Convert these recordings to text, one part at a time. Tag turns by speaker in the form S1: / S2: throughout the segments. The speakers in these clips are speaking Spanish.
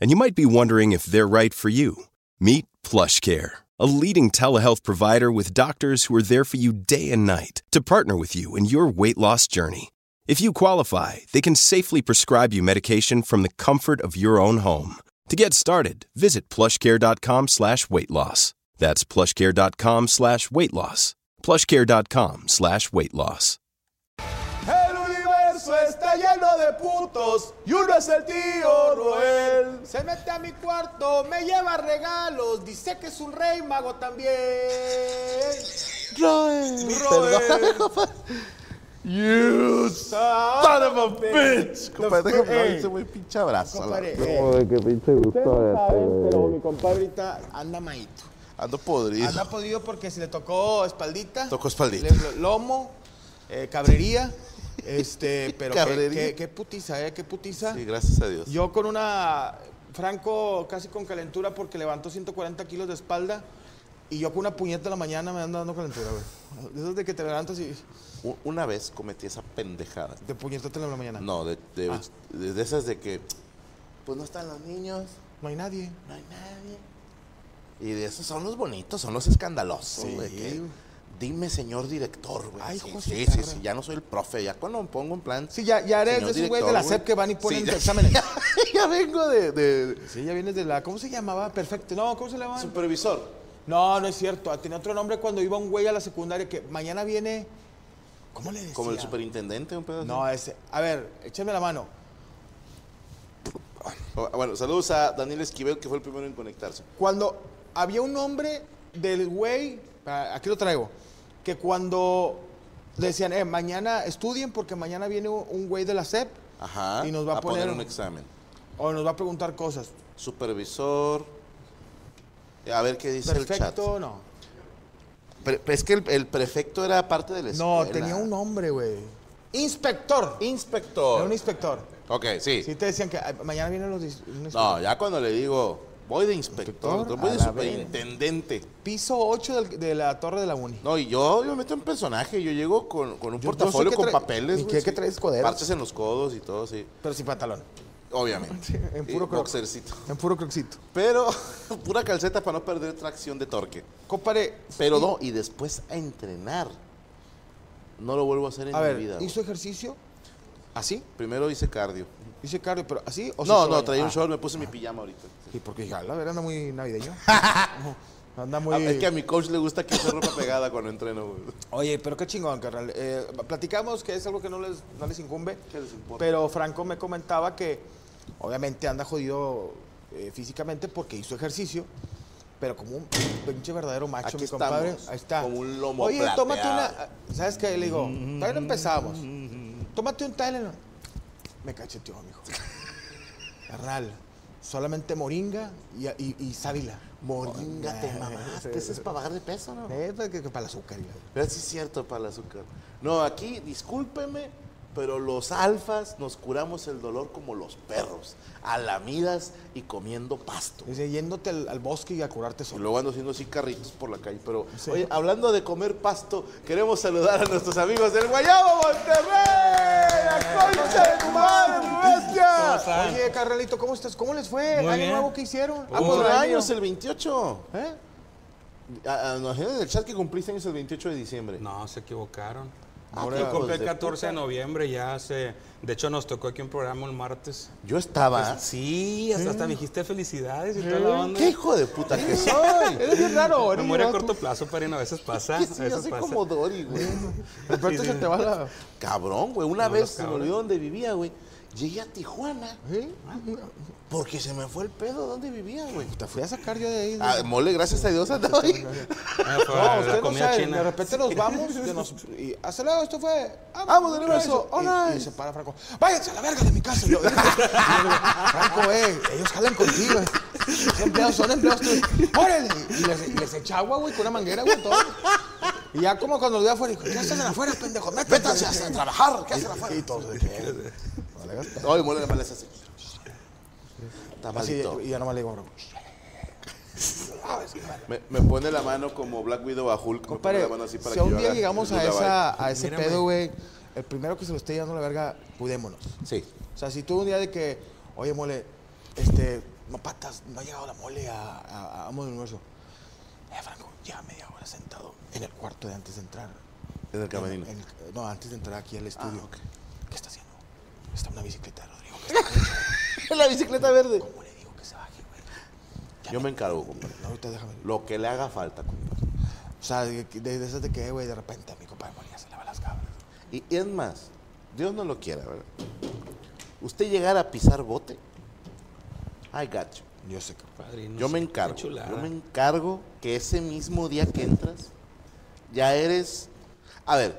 S1: and you might be wondering if they're right for you. Meet PlushCare, a leading telehealth provider with doctors who are there for you day and night to partner with you in your weight loss journey. If you qualify, they can safely prescribe you medication from the comfort of your own home. To get started, visit plushcare.com slash weight loss. That's plushcare.com slash weight loss. plushcare.com slash weight loss.
S2: El universo está lleno de putos y uno es el tío Noel. Se mete a mi cuarto, me lleva regalos, dice que es un rey mago también.
S3: Roel.
S2: Roel,
S3: You
S2: son of a bitch.
S3: Compadre, déjame
S2: Ey,
S3: darle ese güey pinche abrazo. a la-
S2: compadre, eh,
S4: Ay, qué pinche
S2: ustedes
S4: gusto
S3: Pues,
S2: no
S4: este,
S2: saben, pero
S4: güey.
S2: mi compadre ahorita anda maíto.
S3: Ando podrido.
S2: Anda podido porque se le tocó espaldita.
S3: Tocó espaldita.
S2: le- lomo, eh, cabrería. Este, pero qué-
S3: Cabrería.
S2: Qué, qué putiza, ¿eh? Qué putiza.
S3: Sí, gracias a Dios.
S2: Yo con una, Franco casi con calentura porque levantó 140 kilos de espalda y yo con una puñeta en la mañana me ando dando calentura, güey. De esas de que te levantas y
S3: U- Una vez cometí esa pendejada.
S2: te puñetaste en la mañana.
S3: No, de, de-
S2: Ah.
S3: de- de esas de que, pues no están los niños,
S2: No hay nadie.
S3: no hay nadie. Y de esos son los bonitos, son los escandalosos. güey, que, dime, señor director, güey.
S2: Ay,
S3: sí,
S2: hijo de
S3: sí,
S2: perra.
S3: sí, sí, ya no soy el profe, ya cuando me pongo en plan.
S2: Sí, ya, ya eres
S3: señor
S2: de esos güeyes de la
S3: director,
S2: SEP que van y
S3: Sí,
S2: ponen
S3: ya-
S2: exámenes.
S3: Ya, vengo de, de-
S2: Sí, ya vienes de la, ¿cómo se llamaba? Perfecto. No, ¿cómo se llamaba?
S3: supervisor.
S2: No, no es cierto. Tenía otro nombre cuando iba un güey a la secundaria que mañana viene. ¿Cómo le decía?
S3: Como el superintendente, un pedo.
S2: ah. No, eh. ese. A ver, échame la mano.
S3: así. Bueno, saludos a Daniel Esquivel, que fue el primero en conectarse.
S2: Cuando había un hombre del güey, a- aquí lo traigo, que cuando decían, eh, mañana estudien porque mañana viene u- un güey de la SEP
S3: Ajá.
S2: y nos va a, poner,
S3: un examen.
S2: o nos va a preguntar cosas.
S3: Supervisor. A ver qué dice
S2: Perfecto, no.
S3: el chat. Pre- es que el, el prefecto era parte del
S2: No, tenía un nombre, güey. Inspector. Era
S3: Inspector.
S2: un inspector.
S3: ok, sí.
S2: Sí te decían que "Ay, mañana vienen los dis- un inspector.
S3: No, ya cuando le digo, voy de inspector,
S2: Inspector,
S3: voy
S2: a
S3: de
S2: la
S3: superintendente.
S2: Piso 8 del- de la torre de la uni.
S3: No, y yo, yo me meto en personaje, yo llego con, con un
S2: Yo- yo sé
S3: portafolio
S2: que
S3: con
S2: trae-
S3: papeles.
S2: ¿Y
S3: güey,
S2: qué-
S3: sí.
S2: qué traes, coderas?
S3: Parches en los codos y todo, sí.
S2: Pero sin pantalón.
S3: Obviamente.
S2: en
S3: Y
S2: puro croc.
S3: boxercito.
S2: En puro croxito.
S3: Pero pura calceta para no perder tracción de torque.
S2: Compare.
S3: Pero no, y después a entrenar. No lo vuelvo a hacer en
S2: A
S3: mi
S2: ver,
S3: vida. güey.
S2: ¿hizo ejercicio? ¿Así?
S3: Primero hice cardio.
S2: Hice cardio, pero ¿así? ¿O se
S3: No,
S2: hizo
S3: no,
S2: daño?
S3: traía un
S2: Ah.
S3: short, me puse mi pijama ahorita.
S2: Y porque dije, "A la ver, anda muy navideño. anda muy.
S3: Ah, Es que a mi coach le gusta que use ropa pegada cuando entreno, güey.
S2: Oye, pero qué chingón, carnal. Eh, platicamos que es algo que no les, no les incumbe.
S3: ¿Qué les importa?
S2: Pero Franco me comentaba que obviamente anda jodido eh, físicamente porque hizo ejercicio. Pero como un pinche verdadero macho,
S3: Aquí
S2: mi compadre.
S3: estamos,
S2: Ahí está.
S3: como un lomo
S2: Oye,
S3: plateado. Mm,
S2: tómate una. ¿Sabes qué? Le digo, todavía no empezamos. Tómate un Tylenol. Me cacheteó, mijo. Carnal, solamente moringa y, y, y sábila.
S3: Moringa, te
S2: pues,
S3: mamaste. Eso es para bajar de peso, ¿no?
S2: Eh, pues, que- que para el azúcar. y la-
S3: Pero sí es cierto para el azúcar. No, aquí, discúlpeme, pero los alfas nos curamos el dolor como los perros, a lamidas y comiendo pasto.
S2: Dice, yéndote al, al bosque y a curarte
S3: Y
S2: solo.
S3: pues luego ando haciendo así carritos por la calle. Pero, oye, hablando de comer pasto, queremos saludar a nuestros amigos del Guayabo Monterrey. ¡La concha de tu madre, mi bestia!
S2: Oye, carnalito, ¿cómo estás? ¿Cómo les fue?
S5: Muy
S2: ¿Año
S5: bien.
S2: nuevo que hicieron?
S3: Ah,
S2: pues,
S3: pues, años
S2: año.
S3: el Ah, 28.
S2: ¿Eh?
S3: A- a- Nos dijeron en el chat que cumpliste años el 28 de diciembre.
S5: No, se equivocaron.
S4: Ahora
S3: qué
S4: yo compré
S3: hijos
S4: el
S3: de
S4: 14 Ah, pues de
S3: puta.
S4: noviembre, ya hace. De hecho, nos tocó aquí un programa el martes.
S3: Yo estaba.
S4: Ah,
S2: Pues,
S4: Sí, hasta, hasta me dijiste felicidades y toda la onda.
S3: ¿Qué hijo de puta que soy?
S2: Eres bien raro, eres
S4: Memoria a
S2: bien raro.
S4: corto plazo, Perino, a veces pasa.
S3: Sí,
S4: a
S3: sí, yo
S4: veces
S3: soy
S4: pasa. Eh,
S3: como Dory, güey.
S2: De repente se te va la.
S3: Cabrón, güey. Una vez se me
S4: cabrón.
S3: olvidó dónde vivía, güey. Llegué a Tijuana. Porque se me fue el pedo dónde vivía, güey.
S2: Te fui a sacar yo de ahí. güey.
S3: Ah, mole, gracias a Dios andaba ahí.
S4: Ah,
S2: No,
S4: fue la
S2: usted no
S4: comida
S2: sabe,
S4: china.
S2: de repente nos vamos que nos, y acelerado, esto fue.
S3: Vamos, de regreso,
S2: universo
S3: alright.
S2: Y, se para Franco. Váyanse a la verga de mi casa. Y yo, Franco, eh, ellos jalan contigo. eh. Son empleados, son empleados tuyos. Órale. Y les, y les echa agua, güey, con una manguera, güey, todo. Y ya como cuando los de afuera, dijo, ¿qué hacen afuera, pendejo? Métete
S3: Vétanse a- a trabajar. ¿Qué hacen afuera?
S2: Y todos eh, de que.
S3: Oye, mole, le hace así. Está
S2: Así,
S3: malito.
S2: y ya nomás le digo, bro.
S3: Me, me pone la mano como Black Widow a Hulk. me pone
S2: Compadre,
S3: la mano así para
S2: si
S3: que
S2: un
S3: yo
S2: día
S3: haga
S2: llegamos
S3: el
S2: a,
S3: Luda
S2: esa, a ese pedo, güey, el primero que se lo esté llevando la verga, cuidémonos.
S3: Vibe. Sí.
S2: O sea, si tú un día de que, oye, mole, este, no patas, no ha llegado la mole a, a, a Amo del Universo. Eh, Franco, lleva media hora sentado en el cuarto de antes de entrar.
S3: En el camerino.
S2: En el- no, antes de entrar aquí al estudio. ¿Qué está haciendo? Está en una bicicleta, Rodrigo. ¿Qué está haciendo?
S3: En la bicicleta verde.
S2: ¿Cómo le digo que se baje, güey?
S3: Yo me encargo, compadre.
S2: No, ahorita déjame.
S3: Lo que le haga falta, compadre.
S2: O sea, de, de, de esas de que, güey, de repente a mi compadre Mole ya se le va las cabras.
S3: Y, y es más, Dios no lo quiera, ¿verdad? Usted llegar a pisar bote, I got you.
S2: Yo sé que.
S4: Padrino,
S3: Yo me
S4: sí, qué
S3: encargo.
S4: chulada.
S3: Yo me encargo que ese mismo día que entras, ya eres. A ver,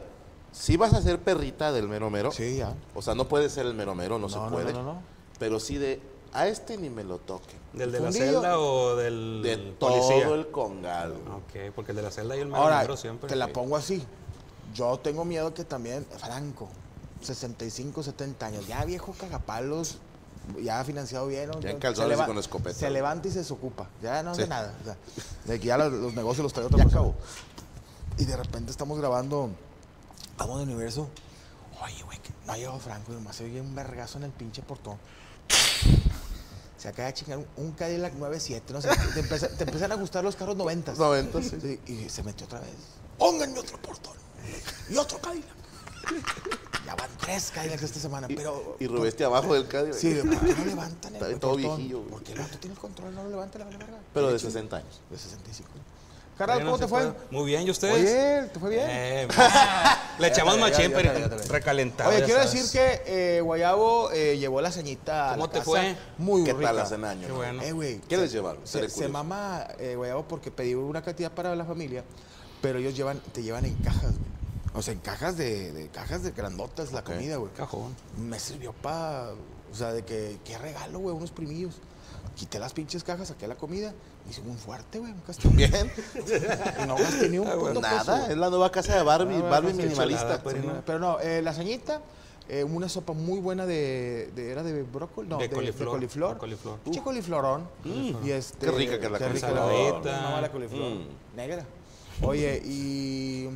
S3: si vas a ser perrita del mero mero.
S2: Sí, ya.
S3: O sea, no puede ser el mero mero, no, se
S2: No, no,
S3: puede.
S2: no, no, no.
S3: Pero sí de. A este ni me lo toque.
S4: ¿Del de la
S2: Fundillo.
S4: celda o del
S3: De
S4: policía?
S3: todo el congal. güey.
S4: Ok, porque el de la celda y el
S2: Ahora,
S4: marinero siempre.
S2: te la
S4: sí.
S2: pongo así. Yo tengo miedo que también, Franco, 65, 70 años, ya viejo cagapalos, ya financiado bien. ¿no?
S3: Ya en
S2: Se
S3: calzones y
S2: leva-
S3: con escopeta.
S2: Se levanta y se desocupa. Ya no hace
S3: Sí.
S2: nada. o sea, de que ya los, los negocios los trae otra
S3: Ya
S2: persona.
S3: acabó.
S2: Y de repente estamos grabando Amo del Universo. Oye, güey, que no ha llegado Franco y nomás se oye un vergazo en el pinche portón. Se acaba de chingar un, un Cadillac 97, no sé, te, empieza- te empiezan a gustar los carros 90.
S3: 90, sí.
S2: Y se metió otra vez. Pónganme otro portón y otro Cadillac. Ya van tres Cadillacs esta semana,
S3: Y,
S2: pero...
S3: y reveste abajo del Cádiz.
S2: Sí, ¿por qué no levantan el portón?
S3: Está todo viejillo, güey.
S2: ¿Por qué no? Tú tienes el control, no lo levantan la verga.
S3: Pero de 60 años.
S2: De 65.
S4: Bueno,
S2: Carnal, ¿cómo
S4: sí
S2: te fue?
S4: puede. Muy bien, ¿y ustedes?
S2: Oye, ¿te fue bien?
S4: Eh, le echamos
S2: Ya, ya,
S4: machín,
S2: ya,
S4: pero
S2: ya, ya, ya.
S4: recalentado.
S2: Oye,
S4: ya
S2: quiero
S4: sabes.
S2: decir que eh, Guayabo eh, llevó la ceñita. a
S4: ¿Cómo
S2: la
S4: te
S2: casa.
S4: fue?
S2: Muy
S3: ¿Qué
S2: rica.
S3: tal hace un año?
S4: Qué bueno.
S2: Eh, güey.
S3: ¿Qué
S2: se-
S3: les llevaron?
S2: Se,
S3: Seré
S2: se
S3: curioso.
S2: mama eh, Guayabo porque pedí una cantidad para la familia, pero ellos llevan, te llevan en cajas, güey. O sea, en cajas de, de cajas de grandotas la comida, güey.
S4: Cajón.
S2: Me sirvió para, o sea, de que, qué regalo, güey, unos primillos. Quité las pinches cajas, saqué la comida, hice un fuerte, güey, un castillo.
S3: Bien.
S2: Y no gasté ni un puto peso,
S3: Ah, pues Nada,
S2: güey.
S3: es la nueva casa de Barbie,
S2: Ah,
S3: Barbie
S2: bueno, qué
S3: minimalista.
S4: chulada, pues.
S2: Sí, Pero no, eh, lasañita, eh, una sopa muy buena de, de- ¿era de brócoli? No,
S4: De coliflor,
S2: coliflor.
S4: de coliflor.
S2: Pinche coliflorón. Y este,
S3: Mm. Qué rica que es la
S2: qué rica
S3: coliflor.
S2: Una mala coliflor. Mm. Negra. Oye, y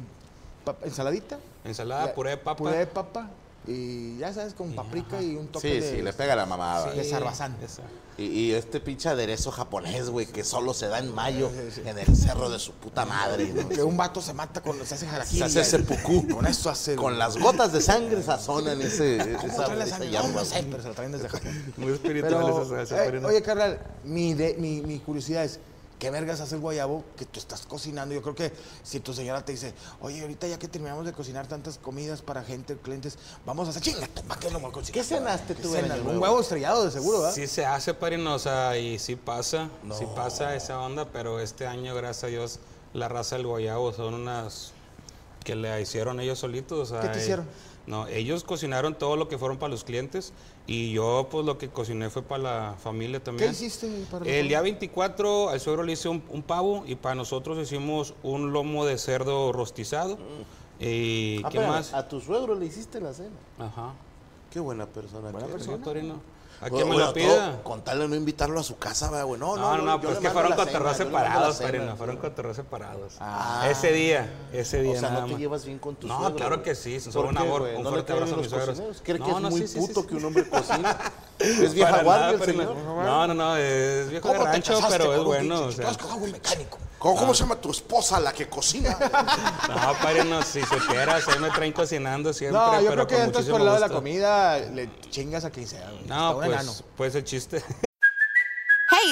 S2: pa- ensaladita.
S4: Ensalada,
S3: Ah,
S2: La-
S4: puré de papa.
S2: Puré de papa. Y ya sabes, con paprika y un toque
S3: Sí,
S2: de...
S3: sí, le pega la mamada.
S2: de Sarbazán.
S4: Esa.
S3: Y, y este pinche aderezo japonés, güey, que solo se da en mayo en el cerro de su puta madre. ¿no?
S2: Que un vato se mata con... Se hace
S3: Se
S2: jarakiri.
S3: hace ese pucú.
S2: Con eso hace...
S3: Con las gotas de sangre sazonan ese.
S2: ¿Cómo
S3: esa-
S2: traen la
S3: esa
S2: sangre?
S3: llama.
S2: No, no sé, pero se la traen desde Japón.
S4: Muy espiritual
S2: Pero,
S4: esa salsa,
S2: eh,
S4: Perino.
S2: oye, carnal, mi, de- mi, mi curiosidad es, ¿qué vergas hace el guayabo que tú estás cocinando? Yo creo que si tu señora te dice, oye, ahorita ya que terminamos de cocinar tantas comidas para gente, clientes, vamos a hacer chinga, ¿para qué no me cocinar?
S3: ¿Qué cenaste tú en
S2: cenas?
S3: Año
S2: Un
S3: Nuevo?
S2: huevo estrellado, de seguro, ¿verdad?
S4: Sí se hace, padrino, o sea, y sí pasa, sí pasa esa onda, pero este año, gracias a Dios, la raza del guayabo son unas que la hicieron ellos solitos. o sea,
S2: ¿Qué te
S4: y-
S2: hicieron?
S4: no, ellos cocinaron todo lo que fueron para los clientes y yo pues lo que cociné fue para la familia también.
S2: hiciste para la
S4: El día 24 al suegro le hice un, un pavo y para nosotros hicimos un lomo de cerdo rostizado.
S2: Mm.
S4: ¿Y
S3: Ah,
S4: qué
S3: espérame,
S4: más?
S3: A tu suegro le hiciste la cena.
S4: Ajá.
S3: Qué buena persona. Buena
S4: Sí, padrino. ¿A
S3: Bueno,
S4: quién me
S3: bueno,
S4: la
S3: todo-
S4: pida?
S3: Contarle no invitarlo a su casa, va, güey. No, no,
S4: No, no,
S3: yo
S4: pero es
S3: le mando
S4: que fueron
S3: la
S4: cotorreos
S3: cena, yo le mando la
S4: separados,
S3: cena. Ah.
S4: Parina, fueron cotorreos separados. Ese día, ese día
S3: O sea,
S4: nada
S3: no te
S4: más.
S3: llevas bien con tus
S4: No, claro que sí, son un amor, un fuerte abrazo a mis suegros.
S3: ¿Cree
S4: No,
S3: que es
S4: no,
S3: muy
S4: sí, sí,
S3: puto
S4: sí.
S3: que un hombre cocine? ¿Es vieja
S4: Para
S3: guardia
S4: nada,
S3: el
S4: pero
S3: señor?
S4: no- No, no, no, es viejo de
S5: ¿Cómo te
S4: rancho,
S5: casaste
S4: pero
S5: con
S4: es
S5: un
S4: bueno.
S5: pinche
S4: o sea.
S5: chicos con un mecánico? ¿Cómo,
S3: Ah.
S5: cómo se llama tu esposa la que cocina?
S4: No, padrino, si supieras, ahí me traen cocinando siempre.
S2: No, yo
S4: pero
S2: creo que
S4: con
S2: antes
S4: muchísimo
S2: por el lado de la
S4: gusto.
S2: comida Ah, le chingas a quien sea. güey. Está
S4: No,
S2: un enano.
S4: pues, pues el chiste.
S6: Hey,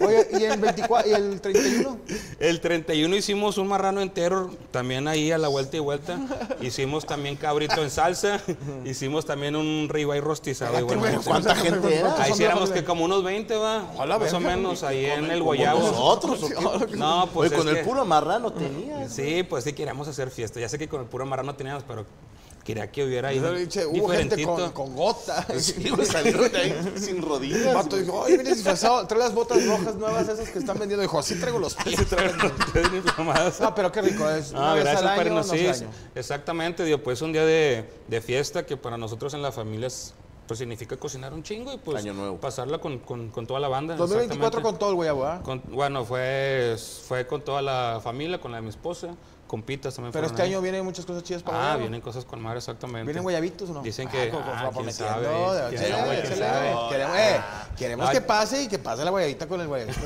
S2: Oye, ¿y el 24 y el 31?
S4: El 31 hicimos un marrano entero, también ahí a la vuelta y vuelta. Hicimos también cabrito en salsa, hicimos también un ribeye rostizado. igualmente.
S3: ¿Cuánta gente era?
S4: Ahí sí éramos que como unos 20, va. más o menos, ahí en el Guayabo.
S3: ¿Nosotros o qué?
S4: No, pues
S3: Oye, con
S4: es
S3: el
S4: que-
S3: puro marrano tenías.
S4: Sí, pues sí queríamos hacer fiesta. Ya sé que con el puro marrano teníamos, pero quería que hubiera ahí.
S2: Yo le dije, Hubo gente
S4: diferentito.
S2: con, con gota.
S3: Sí, güey, salieron de ahí sin rodillas.
S2: El vato dijo, oye, vienes disfrazado, trae las botas rojas nuevas esas que están vendiendo. Dijo, así traigo los pies.
S4: Ustedes inflamados.
S2: No, pero qué rico es.
S4: Ah,
S2: Una vez
S4: gracias,
S2: al año,
S4: padrino,
S2: no
S4: sí,
S2: hace
S4: sí,
S2: daño.
S4: exactamente, digo, pues un día de, de fiesta que para nosotros en la familia es- pues significa cocinar un chingo y pues
S3: Año nuevo.
S4: pasarla con, con- con toda la banda.
S2: 2024 con todo el guayabo, ¿ah?
S4: Con- bueno, fue, fue con toda la familia, con la de mi esposa, con Pitas también.
S2: Pero
S4: fueron
S2: este
S4: ahí.
S2: año vienen muchas cosas chidas para
S4: Ah,
S2: guayabo.
S4: vienen cosas con madre, exactamente.
S2: ¿Vienen guayabitos o no?
S4: Dicen
S2: Ah,
S4: que. ah,
S2: como
S4: quién
S2: prometiendo,
S4: sabe,
S2: de-
S4: quién
S2: échale,
S4: sabe, quién
S2: échale.
S4: sabe.
S2: Queremos, eh, queremos
S4: Ay.
S2: que pase y que pase la guayabita con el guayabito.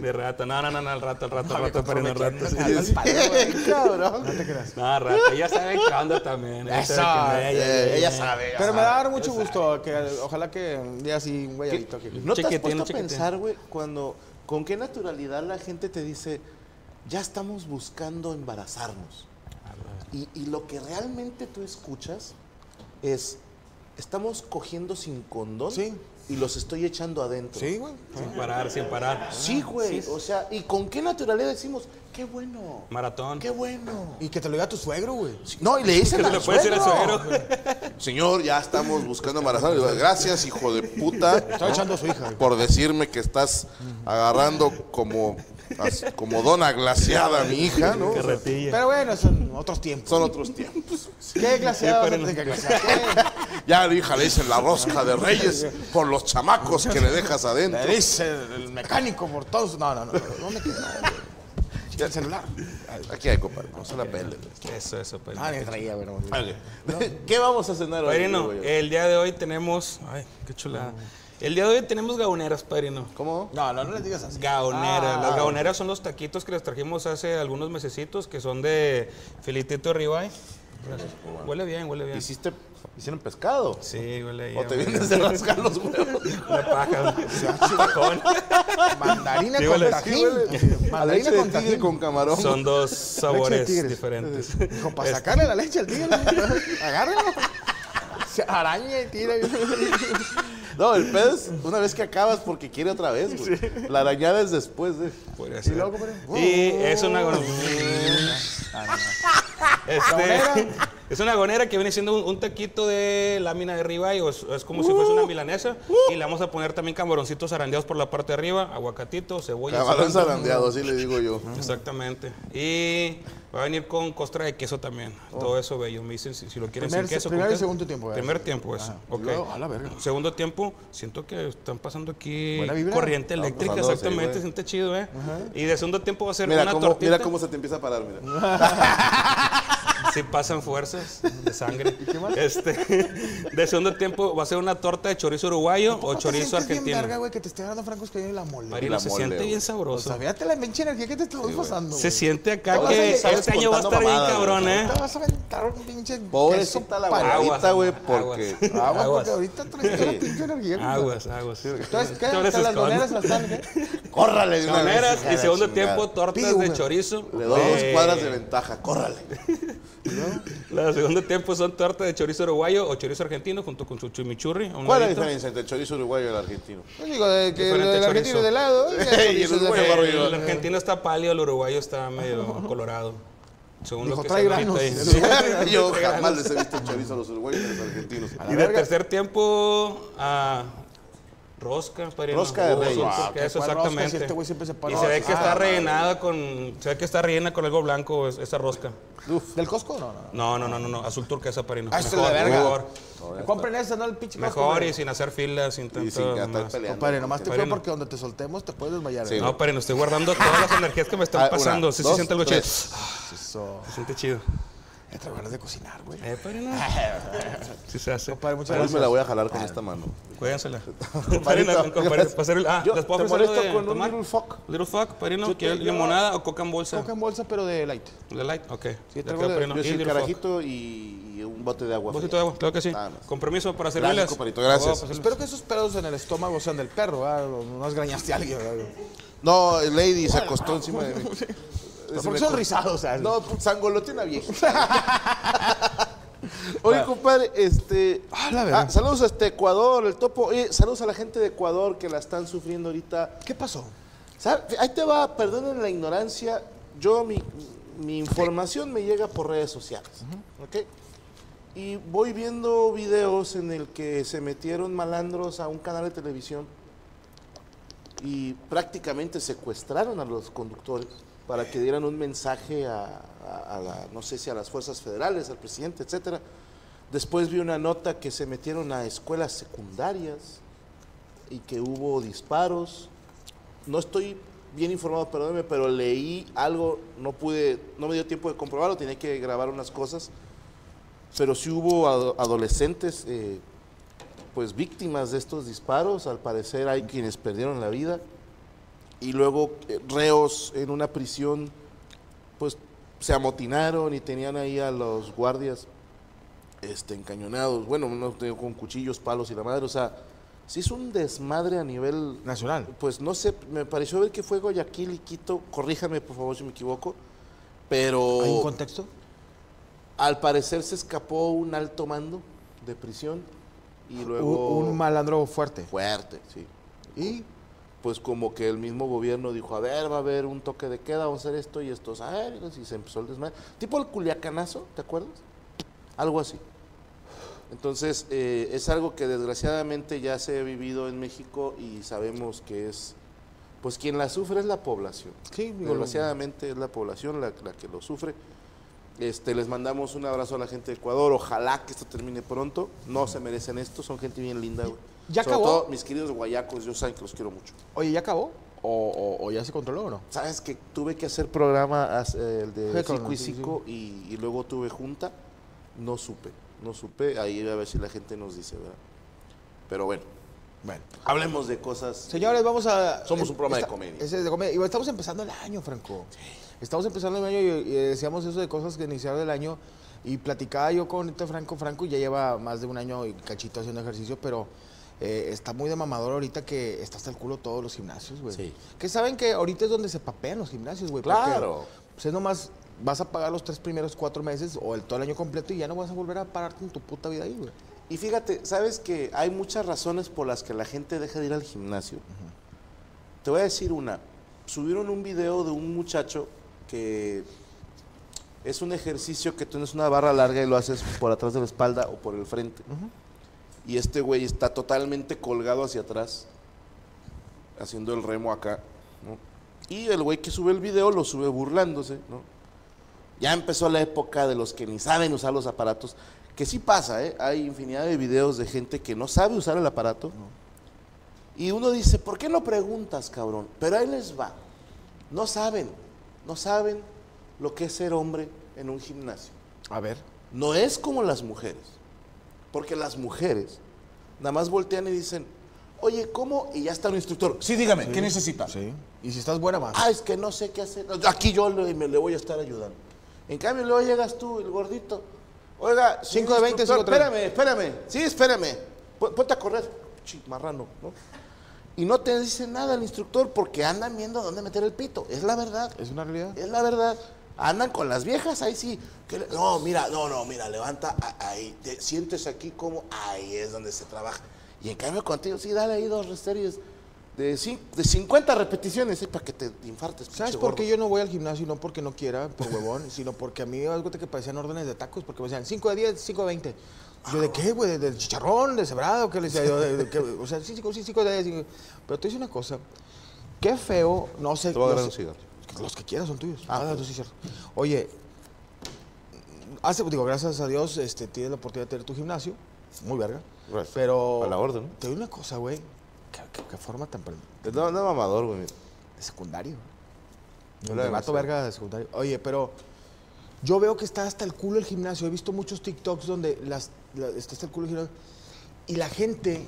S4: De rato, no, no, no, no, al rato, al rato, al rato, pero al rato. sí.
S2: Cabrón. No te creas.
S4: No, al rato, ya saben qué onda también. ya
S2: Eso,
S4: saben que-
S3: Eh, ella sabe.
S2: Pero me da mucho gusto que ojalá que un día sí un guayabito aquí.
S3: ¿No te has
S4: Chiquitín,
S3: puesto a
S4: chiquitín.
S3: pensar, güey, cuando, con qué naturalidad la gente te dice, ya estamos buscando embarazarnos? Y, y lo que realmente tú escuchas es, estamos cogiendo sin condón
S2: Sí.
S3: y los estoy echando adentro.
S2: Sí, güey.
S4: Sin parar, sin parar.
S3: Sí, güey. O sea, ¿y con qué naturalidad decimos, qué bueno?
S4: Maratón.
S3: Qué bueno.
S2: Y que te lo diga tu suegro, güey.
S3: No, y le dicen al
S4: le puedes decir al
S3: Señor, ya estamos buscando embarazarnos. Gracias, hijo de puta.
S2: Estaba echando a su hija. güey.
S3: por decirme que estás agarrando como, as- como dona glaciada a mi hija, ¿no? O sea,
S2: Pero bueno, son otros tiempos.
S3: son otros tiempos.
S2: ¿Qué glaseado?
S4: pero no-
S2: ¿Qué glaseado?
S3: Ya a la hija le dicen la rosca de reyes por los chamacos que le dejas adentro.
S2: Le dice el mecánico por todos. No, no, no. No me quedo. Chica el celular.
S3: Aquí hay, compadre, no se la pele.
S4: Eso, eso, padrino.
S2: Ah, ni traía, güey. no.
S3: ¿Qué vamos a cenar hoy?
S4: Padrino, eh,
S3: güey?
S4: el día de hoy tenemos. Ay, qué chulada. El día de hoy tenemos gaoneras, padrino.
S3: ¿Cómo? Ah.
S2: No, no, no les digas así.
S4: Gaoneras. Las gaoneras son los taquitos que les trajimos hace algunos mesecitos que son de filetito de ribeye. Huele bien, huele bien.
S3: ¿Hiciste, ¿Hicieron pescado?
S4: Sí, huele bien.
S3: ¿O te vienes de rascar los huevos?
S4: Una paja. un tacón.
S2: Mandarina
S4: Sí,
S2: con
S4: huele-
S2: tajín.
S4: sí, huele-
S2: Sí,
S3: A leche
S2: Mandarina
S3: de
S2: con
S3: tigre
S2: tajín.
S3: con camarón.
S4: Son dos sabores
S2: tigres.
S4: diferentes.
S2: Dijo, para sacarle la leche al tigre. Agárrenlo. Se araña y tira.
S3: No, el pedo es una vez que acabas porque quiere otra vez, güey. La arañada es después, de.
S4: Podría ser. Y es una gonera. es una gonera que viene siendo un, un taquito de lámina de ribeye, o es, es como si fuese una milanesa. Y le vamos a poner también camaroncitos zarandeados por la parte de arriba, aguacatito, cebolla.
S3: Camarón
S4: cilantro.
S3: zarandeado, así le digo yo.
S4: Exactamente. Y va a venir con costra de queso también. Todo eso bello. Me dicen si, si lo quieren
S2: Oh. Primer-
S4: sin queso. con
S2: primero y
S4: queso.
S2: segundo tiempo, ¿verdad?
S4: Primer tiempo, eso. Ok.
S2: luego, a la verga.
S4: Segundo tiempo, siento que están pasando aquí
S2: Buena vibra.
S4: corriente
S3: Estamos
S4: eléctrica.
S3: pasando, sí,
S4: exactamente,
S3: güey.
S4: siente chido, ¿eh? Y de segundo tiempo va a ser
S3: Mira
S4: una
S3: cómo,
S4: tortita.
S3: mira cómo se te empieza a parar, mira.
S4: Si pasan fuerzas de sangre. Este, de segundo tiempo va a ser una torta de chorizo uruguayo o chorizo
S2: sientes bien
S4: argentino.
S2: verga, güey, que te esté dando francos que viene la mole.
S4: Marina,
S3: La
S4: se
S3: mole,
S4: siente
S3: güey.
S4: bien
S2: O
S4: sabroso.
S2: sea, fíjate la pinche energía que te estamos pasando.
S4: se
S2: güey.
S4: siente acá
S3: Ahora
S4: que
S3: sí sabes
S4: este año va a
S3: contando
S4: estar bien
S3: mamadas,
S4: cabrón,
S3: güey.
S4: ¿eh?
S2: Te vas a aventar un pinche queso
S3: Pobrecita la
S2: para-
S4: guayaba.
S3: guayabita, güey,
S4: aguas,
S3: porque.
S4: aguas.
S2: Agua,
S4: Aguas.
S2: porque ahorita traes toda la pinche energía. güey.
S4: Aguas, aguas.
S2: Entonces, ¿qué?
S4: Te abres
S2: ¿Están las
S4: escondo.
S2: monedas las ¿eh? están? ¿Qué?
S3: ¡Córrale! de una vez,
S4: Gaoneras
S3: hija de
S4: y
S3: la
S4: segundo
S3: chingada.
S4: tiempo tortas
S2: Pido,
S4: de
S2: güey.
S4: chorizo.
S3: Le doy dos
S4: Eh,
S3: cuadras de ventaja, córrale.
S4: La segundo tiempo son tortas de chorizo uruguayo o chorizo argentino junto con su chimichurri.
S3: ¿Cuál
S4: un
S3: es la
S4: ladito.
S3: diferencia entre el chorizo uruguayo y el argentino?
S2: Yo digo, de que
S4: Diferente
S2: el
S4: chorizo.
S2: argentino de lado. y el
S3: Y el
S2: chorizo de
S3: uruguayo
S2: acá.
S3: barrio.
S4: El argentino está pálido, el uruguayo está medio colorado. Según
S2: Dijo,
S4: lo que
S2: trae
S4: se grita
S2: granos.
S4: ahí.
S2: Sí.
S3: Yo jamás les he visto el chorizo a los uruguayos y a los argentinos.
S4: Y de tercer tiempo, ah, Rosca, padrino.
S3: Rosca de
S4: Eso,
S3: Reyes.
S4: porque
S3: Ah,
S4: eso
S3: ¿cuál rosca?
S4: exactamente.
S3: Si este güey siempre se pone
S4: y se ve
S3: rosca.
S4: que está
S3: Ah, madre.
S4: rellenada con. Se ve que está rellena con algo blanco es- esa rosca.
S2: ¿Del Costco? No, no.
S4: No, no, no, no, no. Azul turquesa, padrino.
S2: Ah, esto es la
S4: Mejor,
S2: verga.
S4: mejor.
S2: Compren esa, ¿no? El pinche
S3: pues,
S2: Costco,
S4: Mejor
S2: güey.
S4: y sin hacer filas, sin tanto. más.
S2: Compadre, nomás te fue
S4: Padrino.
S2: porque donde te soltemos te puedes desmayar.
S4: Sí, No, pero estoy guardando todas las energías que
S3: Ah,
S4: me están
S3: una,
S4: pasando. sí,
S3: dos,
S4: se siente algo chido. Ah,
S3: tres.
S2: Eso.
S4: Se siente chido.
S2: Ya traigo ganas de cocinar, güey.
S4: Eh, padrino. Sí se hace.
S2: Compadre, muchas
S3: Hoy
S2: gracias.
S3: me la voy a jalar con esta mano.
S4: Cuídensela. Padrino, compadre, para hacer el- Ah,
S3: Yo
S4: ¿les
S3: te
S4: puedo ofrecer algo
S3: molesto
S4: de
S3: con un
S4: tomar?
S3: little fuck.
S4: Little fuck, padrino.
S3: Yo te-
S4: ¿Quieres
S3: yo-
S4: limonada o coca en bolsa?
S2: Coca en bolsa, pero de light.
S4: ¿La light? Ok.
S2: Sí,
S4: Le
S2: traigo
S4: queda,
S2: de-
S4: padrino.
S3: Yo
S4: Y
S3: sí,
S4: Little Fuck.
S3: carajito y, y un bote de agua.
S4: Bocito
S3: fría.
S4: de agua, claro que sí.
S3: Nada más.
S4: Compromiso para servirles.
S3: Gracias, compadito, gracias.
S4: Por favor,
S2: Espero que esos pedos en el estómago sean del perro, ¿ah? O No esgrañaste a alguien, ¿verdad?
S3: No, Lady se acostó encima de mí.
S2: Pero porque son rizados, ¿sabes?
S3: No, pues, sangolote una viejita. Oye, compadre, este.
S2: Ah, la verdad.
S3: saludos hasta Ecuador, el topo. Oye, saludos a la gente de Ecuador que la están sufriendo ahorita.
S2: ¿Qué pasó?
S3: ¿Sabe? Ahí te va, perdonen la ignorancia. Yo, mi, mi información me llega por redes sociales. ¿ok? Y voy viendo videos en el que se metieron malandros a un canal de televisión y prácticamente secuestraron a los conductores para que dieran un mensaje a, a- a la- no sé si a las fuerzas federales, al presidente, etcétera. Después vi una nota que se metieron a escuelas secundarias y que hubo disparos. No estoy bien informado, perdóneme, pero leí algo, no pude, no me dio tiempo de comprobarlo, tenía que grabar unas cosas. Pero sí hubo ado- adolescentes, eh, pues víctimas de estos disparos. Al parecer hay quienes perdieron la vida. Y luego eh, reos en una prisión, pues se amotinaron y tenían ahí a los guardias este, encañonados. Bueno, no te digo, con cuchillos, palos y la madre. O sea, sí es un desmadre a nivel
S2: Nacional.
S3: pues no sé, me pareció ver que fue Guayaquil y Quito, corríjame por favor si me equivoco, pero
S2: ¿Hay un contexto?
S3: al parecer se escapó un alto mando de prisión y luego
S2: Un, un malandro fuerte.
S3: fuerte, sí. Y pues como que el mismo gobierno dijo, a ver, va a haber un toque de queda, vamos a hacer esto y esto, a ver, y se empezó el desmadre. Tipo el culiacanazo, ¿te acuerdas? Algo así. Entonces, eh, es algo que desgraciadamente ya se ha vivido en México y sabemos que es, pues quien la sufre es la población.
S2: Sí, digo,
S3: desgraciadamente es la población la, la que lo sufre. Este, les mandamos un abrazo a la gente de Ecuador. Ojalá que esto termine pronto. No se merecen esto. Son gente bien linda, güey.
S2: ¿Ya
S3: Sobre
S2: acabó?
S3: todo mis queridos guayacos. Yo saben que los quiero mucho.
S2: Oye, ¿ya acabó? ¿O, o- o ya se controló o no?
S3: Sabes que tuve que hacer programa as- eh, el de
S2: Sí, claro,
S3: Cico y
S2: sí, sí.
S3: Cico y, y luego tuve junta. No supe. No supe. Ahí a ver si la gente nos dice, ¿verdad? Pero bueno,
S2: Bueno.
S3: hablemos de cosas.
S2: Señores, vamos a.
S3: Somos un programa de
S2: esta-
S3: comedia.
S2: ese es de comedia. Y estamos empezando el año, Franco. Estamos empezando el año y, y decíamos eso de cosas que iniciar del año. Y platicaba yo con este Franco. Franco ya lleva más de un año y cachito haciendo ejercicio, pero eh, está muy de mamador ahorita que está hasta el culo todos los gimnasios, güey.
S3: Sí.
S2: Que saben que ahorita es donde se papean los gimnasios, güey.
S3: Claro.
S2: porque, Pues es nomás. Vas a pagar los tres primeros cuatro meses o el todo el año completo y ya no vas a volver a pararte en tu puta vida ahí, güey.
S3: Y fíjate, sabes que hay muchas razones por las que la gente deja de ir al gimnasio. Te voy a decir una. Subieron un video de un muchacho que es un ejercicio que tienes una barra larga y lo haces por atrás de la espalda o por el frente. Y este güey está totalmente colgado hacia atrás, haciendo el remo acá. ¿no? Y el güey que sube el video lo sube burlándose, ¿no? Ya empezó la época de los que ni saben usar los aparatos, que sí pasa, ¿eh? Hay infinidad de videos de gente que no sabe usar el aparato. Y uno dice, ¿por qué no preguntas, cabrón? Pero ahí les va. No saben, no saben lo que es ser hombre en un gimnasio.
S2: A ver.
S3: No es como las mujeres. Porque las mujeres nada más voltean y dicen, oye, ¿cómo? Y ya está un instructor. Sí, dígame, ¿qué necesita?
S2: Sí. Y si estás buena, más.
S3: Ah, es que no sé qué hacer. Aquí yo le, me le voy a estar ayudando. En cambio, luego llegas tú, el gordito. Oiga,
S2: Cinco de veinte,
S3: instructor,
S2: cinco de
S3: Espérame, espérame. Sí, espérame. Pon- Ponte a correr. Chi, marrano, ¿no? Y no te dice nada el instructor porque andan viendo dónde meter el pito. Es la verdad.
S2: ¿Es una realidad?
S3: Es la verdad. Andan con las viejas, ahí sí. que le- No, mira, no, no, mira, levanta a- ahí. Te sientes aquí como ahí es donde se trabaja. Y en cambio contigo, sí, dale ahí dos series de, cin- de 50 repeticiones eh, para que te infartes.
S2: ¿Sabes
S3: pinche
S2: por
S3: gordo.
S2: qué yo no voy al gimnasio? No porque no quiera, por huevón, sino porque a mí me cuenta que parecían órdenes de tacos, porque me decían 5 de 10, 5 de 20. Yo,
S3: Ah,
S2: ¿de qué, güey? ¿De- ¿Del chicharrón? ¿De cebrado? ¿Qué le decía yo? ¿De- de qué? O sea, sí, sí, sí, sí, de- sí. Pero te dice una cosa. Qué feo, no sé.
S3: Te voy a
S2: no
S3: agarrar un
S2: sé-
S3: cigarro.
S2: Los que quieras son tuyos. Ah, no, tú sí, cierto. Oye, hace, digo, gracias a Dios, este, tienes la oportunidad de tener tu gimnasio. Muy verga.
S3: Gracias.
S2: Pero.
S3: A la orden.
S2: Te doy una cosa, güey. ¿Qué, qué- qué forma tan. pre-
S3: No, no, mamador, güey. mira.
S2: de secundario.
S3: Yo
S2: El
S3: le
S2: vato
S3: agradezco.
S2: verga de secundario. Oye, pero yo veo que está hasta el culo el gimnasio. He visto muchos TikToks donde las, la- está hasta el culo el gimnasio. Y la gente,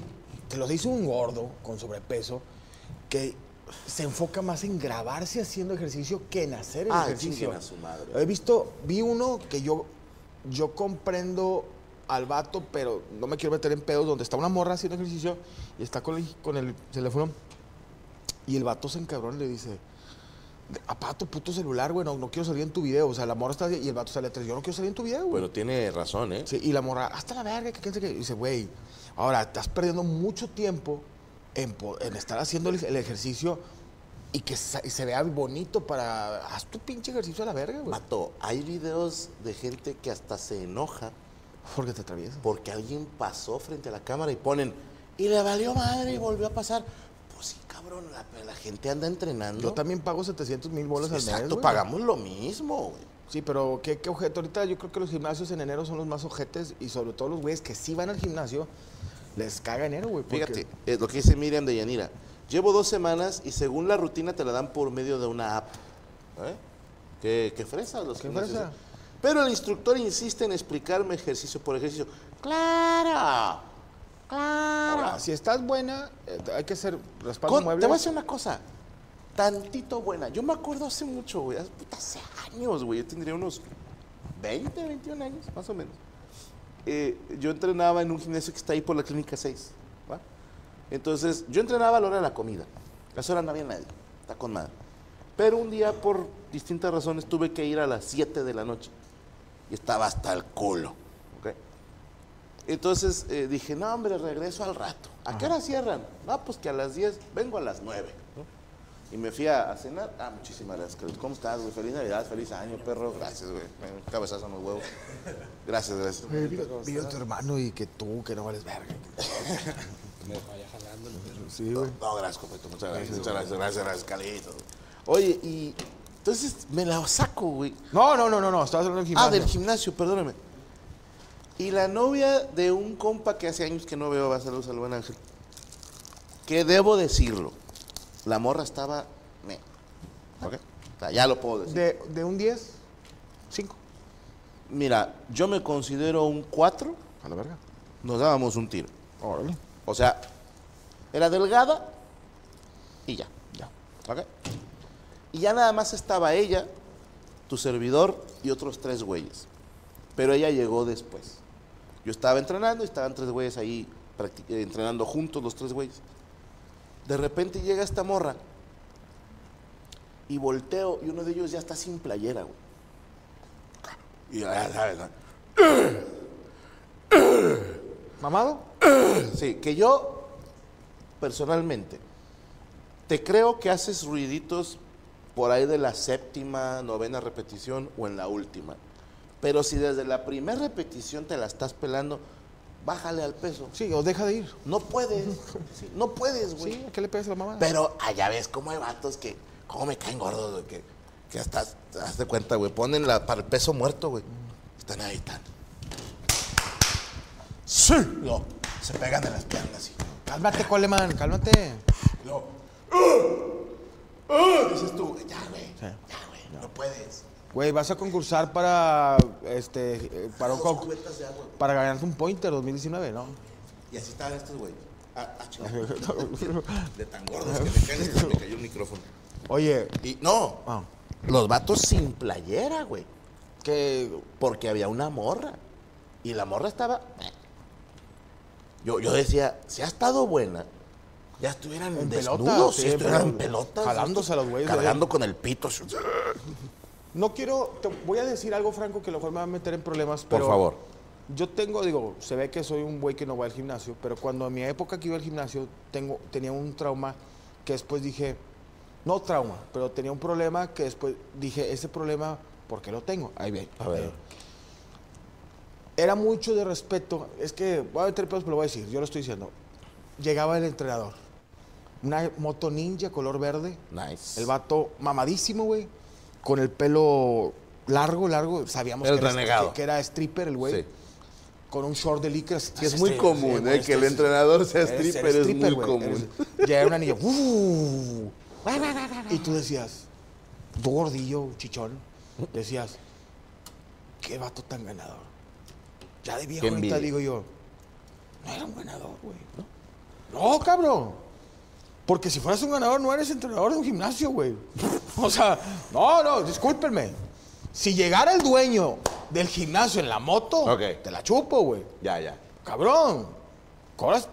S2: te lo dice un gordo con sobrepeso, que se enfoca más en grabarse haciendo ejercicio que en hacer el
S3: Ah,
S2: ejercicio.
S3: chinguen a su madre.
S2: He visto, vi uno que yo, yo comprendo al vato, pero no me quiero meter en pedos, donde está una morra haciendo ejercicio y está con el, con el teléfono y el vato se encabrona y le dice, apá tu puto celular, güey, no, no quiero salir en tu video. O sea, la morra está... Y el vato sale atrás, yo no quiero salir en tu video, güey.
S3: Pero tiene razón, ¿eh?
S2: Sí, y la morra, hasta la verga, que quién sabe qué". Y dice, güey, ahora estás perdiendo mucho tiempo en, po- en estar haciendo el, el ejercicio y que sa- y se vea bonito para... Haz tu pinche ejercicio a la verga, güey.
S3: Mato, hay videos de gente que hasta se enoja
S2: Porque te atraviesas.
S3: porque alguien pasó frente a la cámara y ponen, y le valió madre y volvió a pasar. Pues sí, cabrón, la, la gente anda entrenando.
S2: Yo también pago 700 mil bolas al mes,
S3: Exacto,
S2: güey.
S3: pagamos lo mismo, güey.
S2: Sí, pero ¿qué, qué objeto. Ahorita yo creo que los gimnasios en enero son los más ojetes y sobre todo los güeyes que sí van al gimnasio, les caga enero, güey. porque-
S3: Fíjate, es lo que dice Miriam de Yanira. Llevo dos semanas y según la rutina te la dan por medio de una app. ¿Eh? ¿Qué, qué fresa los
S2: ¿Qué
S3: gimnasios,
S2: fresa?
S3: eh? Pero el instructor insiste en explicarme ejercicio por ejercicio. ¡Claro!
S2: Ahora, Ah, si estás buena, eh, hay que ser respaldo
S3: Con-
S2: muebles.
S3: te voy a decir una cosa. Tantito buena. Yo me acuerdo hace mucho, güey. Hace, puta, hace años, güey. Yo tendría unos 20, 21 años, más o menos. Eh, yo entrenaba en un gimnasio que está ahí por la clínica 6. ¿va? Entonces, yo entrenaba a la hora de la comida. A esa hora no había nadie. Está con madre. Pero un día, por distintas razones, tuve que ir a las 7 de la noche. Y estaba hasta el culo. ¿ok? Entonces eh, dije, no, hombre, regreso al rato. ¿A qué hora cierran? No, pues que a las 10, vengo a las 9. ¿no? Y me fui a, a cenar. Ah, muchísimas gracias, Carlos. ¿Cómo estás, güey? Feliz Navidad, feliz año, perro. Gracias, güey. Me- Un cabezazo en los huevos. Gracias, gracias.
S2: Vive tu hermano y que tú, que no vales verga.
S3: Sí, güey. No, gracias, completo. Muchas gracias, muchas gracias, gracias, gracias, Carlitos. Oye, y entonces me la saco, güey.
S2: No, no, no, no, no, estás hablando del gimnasio.
S3: Ah, del gimnasio, perdóname. Y la novia de un compa que hace años que no veo, va a saludos al buen ángel. Que debo decirlo. La morra estaba. meh. ¿Ok? O sea, ya lo puedo decir.
S2: De, de un 10, 5.
S3: Mira, yo me considero un 4,
S2: A la verga.
S3: nos dábamos un tiro.
S2: Órale.
S3: O sea, era delgada y ya. Ya. ¿Ok? Y ya nada más estaba ella, tu servidor y otros tres güeyes. Pero ella llegó después. Yo estaba entrenando y estaban tres güeyes ahí practi- eh, entrenando juntos los tres güeyes. De repente llega esta morra y volteo y uno de ellos ya está sin playera, güey. Y ah, ya sabes, ¿no?
S2: ¿Mamado?
S3: Sí, que yo, personalmente, te creo que haces ruiditos por ahí de la séptima, novena repetición o en la última. Pero si desde la primera repetición te la estás pelando, bájale al peso.
S2: Sí, o deja de ir.
S3: No puedes, sí, no puedes, güey.
S2: Sí, ¿a qué le pegas a la mamada?
S3: Pero allá ves cómo hay vatos que, cómo me caen gordos, güey, que, que hasta, hazte cuenta, güey, ponen la, para el peso muerto, güey. Están ahí, están. Sí. No, se pegan en las piernas, sí.
S2: Cálmate, Coleman, cálmate.
S3: No. ¡Ah! ¡Ah! Dices tú, ya, güey. Ya, güey. No, puedes.
S2: Güey, vas a concursar para. Este. eh, Para un
S3: Dos
S2: con-
S3: cubetas de agua.
S2: Para ganarte un pointer 2019, ¿no?
S3: Y así estaban estos, güey. Ah, ah, chinga. de tan gordos que me caen, hasta me cayó el micrófono.
S2: Oye,
S3: Y no.
S2: Ah.
S3: Los vatos sin playera, güey.
S2: que.
S3: Porque había una morra. Y la morra estaba. eh. Yo, yo decía, si ha estado buena, ya estuvieran
S2: En
S3: desnudos,
S2: pelotas,
S3: si
S2: sí,
S3: estuvieran
S2: pero
S3: en pelotas.
S2: jalándose a los güeyes de
S3: Cargando
S2: ahí.
S3: con el pito.
S2: No quiero, te voy a decir algo, Franco, que a lo mejor me va a meter en problemas. Pero
S3: favor.
S2: Yo tengo, digo, se ve que soy un güey que no va al gimnasio, pero cuando en mi época que iba al gimnasio, tengo, tenía un trauma que después dije, no trauma, pero tenía un problema que después dije, ese problema, ¿por qué lo tengo? Ahí ve.
S3: A ver.
S2: Era mucho de respeto. Es que voy a meter pedos, pero lo voy a decir. Yo lo estoy diciendo. Llegaba el entrenador. Una moto ninja color verde.
S3: Nice.
S2: El vato mamadísimo, güey. Con el pelo largo, largo. Sabíamos
S3: El
S2: que, era,
S3: renegado.
S2: que- que era stripper el güey.
S3: Sí.
S2: Con un short de licras. Este,
S3: Que es muy común, ¿eh? que el entrenador sea stripper, este es muy común.
S2: Ya era un anillo. ¡uh! y tú decías, tú gordillo, chichón, decías, qué vato tan ganador. Ya de viejo
S3: Qué
S2: ahorita
S3: envidia.
S2: digo yo, no era un ganador, güey. No, cabrón. Porque si fueras un ganador, no eres entrenador de un gimnasio, güey. O sea, no, no, discúlpenme. Si llegara el dueño del gimnasio en la moto,
S3: Ok.
S2: te la chupo, güey.
S3: Ya, ya.
S2: Cabrón, cobras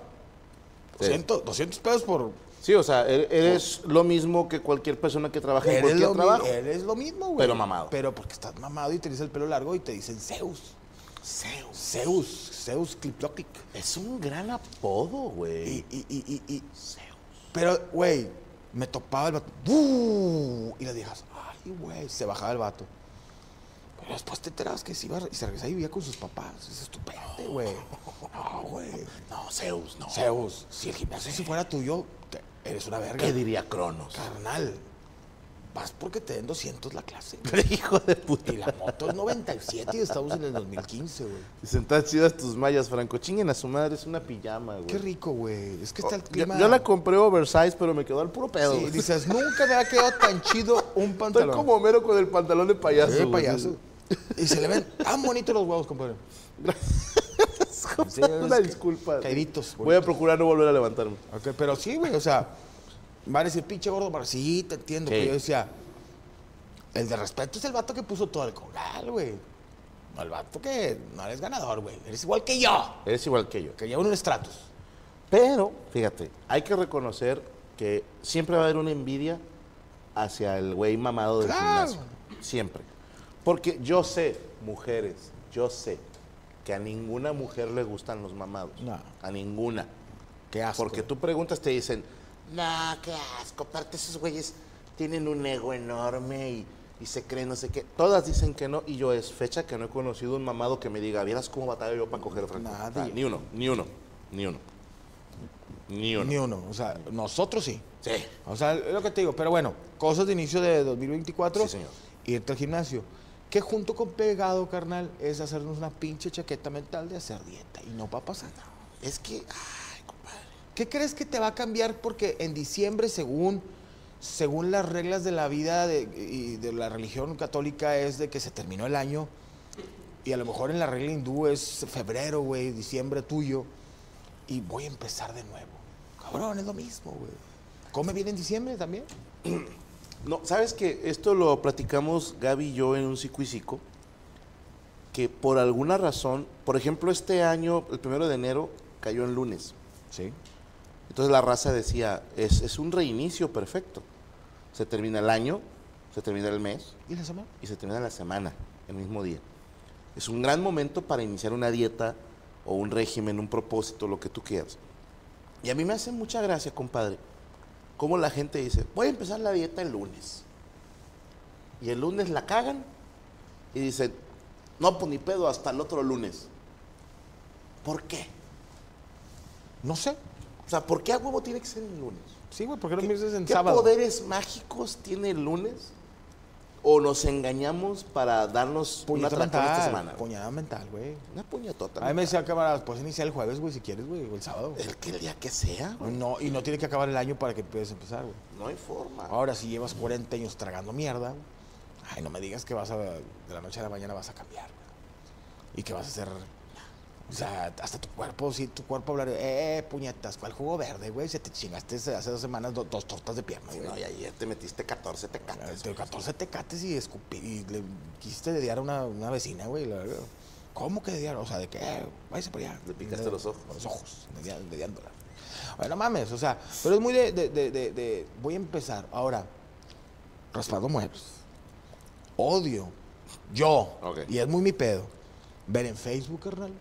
S3: Sí.
S2: 200, 200 pesos por...
S3: Sí, o sea, er- eres lo mismo que cualquier persona que trabaja en cualquier
S2: lo, mi-
S3: trabajo.
S2: eres lo mismo, güey.
S3: Pero mamado.
S2: Pero porque estás mamado y tenés el pelo largo y te dicen Zeus. Zeus. Zeus. Zeus Kliplokik.
S3: Es un gran apodo, güey.
S2: Y, y, y, y, y- Pero, güey, me topaba el vato. ¡bu! Y le dijas, ay, güey, se bajaba el vato. Pero después te enterabas que se iba y se regresaba y vivía con sus papás. Es estupendo, güey. No, güey.
S3: No, Zeus, no.
S2: Zeus, si el gimnasio si fuera tuyo, te- eres una verga.
S3: ¿Qué diría Cronos?
S2: Carnal, vas porque te den 200 la clase.
S3: Hijo de puta.
S2: Y la moto es 97 y estamos en el 2015, güey.
S3: Dicen, están chidas tus mallas, Franco. Chinguen a su madre, es una pijama, güey.
S2: Qué rico, güey. Es que está el
S3: Oh, Yo,
S2: clima.
S3: yo la compré oversize, pero me quedó al puro pedo.
S2: Sí,
S3: güey.
S2: dices, nunca me ha quedado tan chido un
S3: Estoy
S2: pantalón.
S3: como Homero con el pantalón de payaso.
S2: Eh,
S3: güey.
S2: payaso. Y se le ven tan bonitos los huevos, compadre. Sí,
S3: Una
S2: es que-
S3: disculpa.
S2: Caíditos.
S3: Voy a procurar no volver a levantarme.
S2: Ok, pero sí, güey, o sea, van a decir, pinche gordo, pero sí, te entiendo.
S3: Sí.
S2: Pero yo decía, el de respeto es el vato que puso todo el corral, güey. No el vato que no eres ganador, güey. Eres igual que yo,
S3: Eres igual que yo.
S2: que llevo en un estratus.
S3: Pero, fíjate, hay que reconocer que siempre va a haber una envidia hacia el güey mamado del
S2: Claro.
S3: gimnasio. Siempre. Porque yo sé, mujeres, yo sé que a ninguna mujer le gustan los mamados.
S2: No.
S3: A ninguna.
S2: Qué asco.
S3: Porque tú preguntas, te dicen, no, qué asco, aparte esos güeyes tienen un ego enorme y, y se creen no sé qué. Todas dicen que no, y yo es fecha que no he conocido un mamado que me diga, vieras cómo batalla yo para coger Franco.
S2: Nadie.
S3: Ah, Ni uno, ni uno, ni uno. Ni uno.
S2: Ni uno. O sea, nosotros sí.
S3: Sí.
S2: O sea, es lo que te digo. Pero bueno, cosas de inicio de 2024.
S3: Sí, señor.
S2: Irte al gimnasio. Que junto con pegado, carnal, es hacernos una pinche chaqueta mental de hacer dieta. Y no va a pasar nada.
S3: Es que, ay, compadre.
S2: ¿Qué crees que te va a cambiar? Porque en diciembre, según, según las reglas de la vida de- y de la religión católica, es de que se terminó el año. Y a lo mejor en la regla hindú es febrero, güey, diciembre tuyo. Y voy a empezar de nuevo. Cabrón, es lo mismo, güey. ¿Come bien en diciembre también?
S3: No, ¿sabes que Esto lo platicamos Gaby y yo en un psico y psico, que por alguna razón, por ejemplo, este año, el primero de enero, cayó en lunes.
S2: Sí.
S3: Entonces la raza decía, es, es un reinicio perfecto. Se termina el año, se termina el mes
S2: ¿Y la semana?
S3: y se termina la semana, el mismo día. Es un gran momento para iniciar una dieta o un régimen, un propósito, lo que tú quieras. Y a mí me hace mucha gracia, compadre, cómo la gente dice, voy a empezar la dieta el lunes. Y el lunes la cagan y dicen, no, pues ni pedo, hasta el otro lunes. ¿Por qué?
S2: No sé.
S3: O sea, ¿por qué a huevo tiene que ser el lunes?
S2: Sí, güey, ¿por qué no piensas en
S3: ¿Qué
S2: sábado?
S3: poderes mágicos tiene el lunes? ¿O nos engañamos para darnos
S2: Puñetón
S3: una atracón esta
S2: mental,
S3: semana?
S2: Puñada mental, güey.
S3: Una puñetota.
S2: A mí me
S3: ¿no?
S2: decía cámara, puedes iniciar el jueves, güey, si quieres, güey, o el sábado.
S3: El que el día que sea, güey,
S2: No, y no tiene que acabar el año para que puedas empezar, güey.
S3: no hay forma.
S2: Ahora, si llevas 40 años tragando mierda, güey, ay, no me digas que vas a, de la noche a la mañana vas a cambiar, güey. Y que vas a hacer, o sea, hasta tu cuerpo, sí, tu cuerpo hablar, eh, puñetas, ¿cuál jugo verde, güey? Se te chingaste hace hace dos semanas do- dos tortas de pierna,
S3: Sí,
S2: güey.
S3: no, y ayer te metiste 14 tecates.
S2: Te- 14 tecates y escupí, y le quisiste dediar a una, una vecina, güey. la verdad. ¿Cómo que dediar? O sea, de que, eh, váyase por allá.
S3: Le picaste los ojos.
S2: Los ojos, dedia- dediándola. Bueno, mames, o sea, pero es muy de, de- de- de- de- Voy a empezar. Ahora, raspando muebles. Odio. Yo.
S3: Ok.
S2: Y es muy mi pedo. Ver en Facebook, carnal.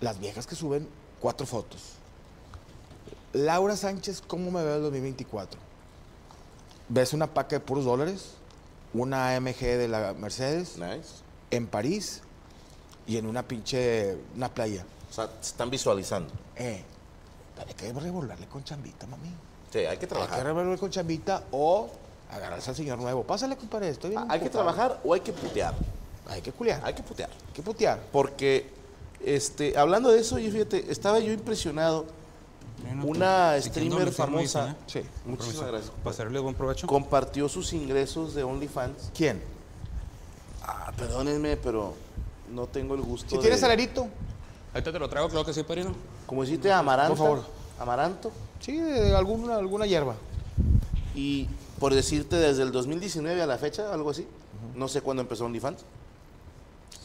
S2: Las viejas que suben cuatro fotos. Laura Sánchez, ¿cómo me veo el 2024? ves una paca de puros dólares, una AMG de la Mercedes
S3: Nice.
S2: en París y en una pinche una playa.
S3: O sea, se están visualizando.
S2: Eh, hay que revolarle con chambita, mami.
S3: Sí, hay que
S2: Hay que
S3: trabajar.
S2: revolarle con chambita o agarrarse al señor nuevo. Pásale, compadre, estoy bien.
S3: Hay que
S2: ocupado.
S3: trabajar o hay que putear.
S2: Hay que culiar.
S3: Hay que putear.
S2: Hay que putear.
S3: Porque, este, hablando de eso, yo fíjate, estaba yo impresionado. Una streamer famosa
S2: Sí.
S3: Muchísimas gracias.
S7: Pasarle buen provecho.
S3: compartió sus ingresos de OnlyFans.
S2: ¿Quién?
S3: Ah, perdónenme, pero no tengo el gusto.
S2: Si tienes
S3: de-
S2: salarito.
S7: Ahorita te lo traigo, claro que sí, Perino.
S3: Como dijiste, amaranto.
S2: Por favor.
S3: Amaranto.
S2: Sí, de alguna, alguna hierba.
S3: Y por decirte, desde el 2019 a la fecha, algo así, no sé cuándo empezó OnlyFans,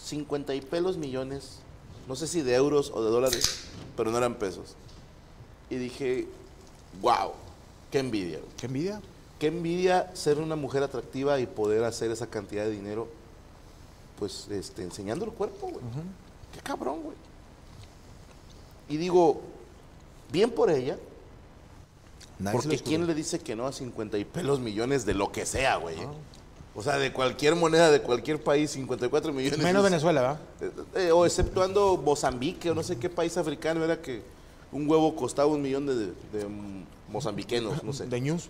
S3: 50 y pelos millones, no sé si de euros o de dólares, pero no eran pesos. Y dije, wow, qué envidia. güey.
S2: Qué envidia.
S3: Qué envidia ser una mujer atractiva y poder hacer esa cantidad de dinero, pues este, enseñando el cuerpo, güey. Qué cabrón, güey. Y digo, bien por ella,
S2: Nadie se
S3: porque
S2: los cuida.
S3: ¿quién le dice que no a 50 y pelos millones de lo que sea, güey?
S2: Ah.
S3: O sea, de cualquier moneda, de cualquier país, 54 millones.
S2: Menos
S3: es-
S2: Venezuela, ¿verdad?
S3: eh, eh, o exceptuando Mozambique o no sé qué país africano era que un huevo costaba un millón de, de mozambiquenos, no sé.
S2: De News.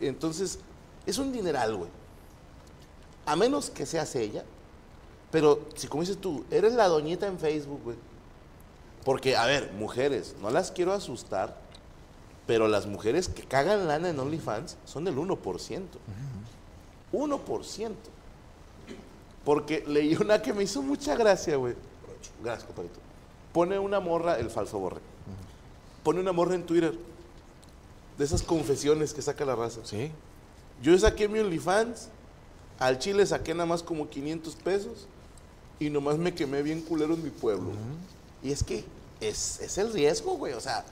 S3: Entonces, es un dineral, güey. A menos que seas ella. Pero si como dices tú, eres la doñita en Facebook, güey. Porque, a ver, mujeres, no las quiero asustar, pero las mujeres que cagan lana en OnlyFans son del 1%. 1%. Porque leí una que me hizo mucha gracia, güey. Gracias, compadrito. Pone una morra, el falso borre. Pone una morra en Twitter. De esas confesiones que saca la raza.
S2: Sí.
S3: Yo saqué mi OnlyFans, al chile saqué nada más como 500 pesos y nomás me quemé bien culero en mi pueblo. Y es que es, es el riesgo, güey. O sea,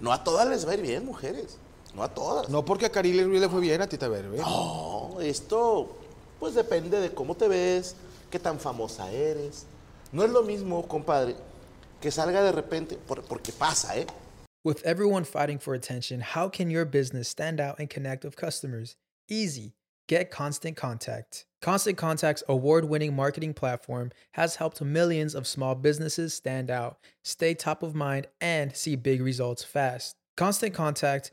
S3: no a todas les va a ir bien, mujeres. No a todas.
S2: No porque a Cari Ruiz le fue bien a Tita Berbe.
S3: No, esto pues depende de cómo te ves, qué tan famosa eres. No es lo mismo, compadre, que salga de repente, por- porque pasa, ¿eh?
S4: With everyone fighting for attention, how can your business stand out and connect with customers? Easy. Get Constant Contact. Constant Contact's award winning marketing platform has helped millions of small businesses stand out, stay top of mind, and see big results fast. Constant Contact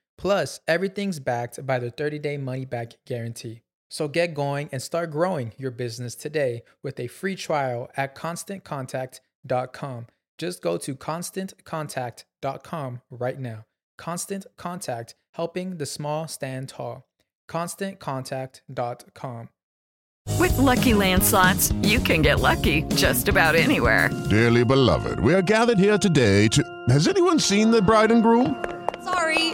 S4: Plus, everything's backed by their 30 day money back guarantee. So get going and start growing your business today with a free trial at constantcontact.com. Just go to constantcontact.com right now. Constant Contact, helping the small stand tall. ConstantContact.com.
S8: With Lucky Land slots, you can get lucky just about anywhere.
S9: Dearly beloved, we are gathered here today to. Has anyone seen the bride and groom?
S10: Sorry,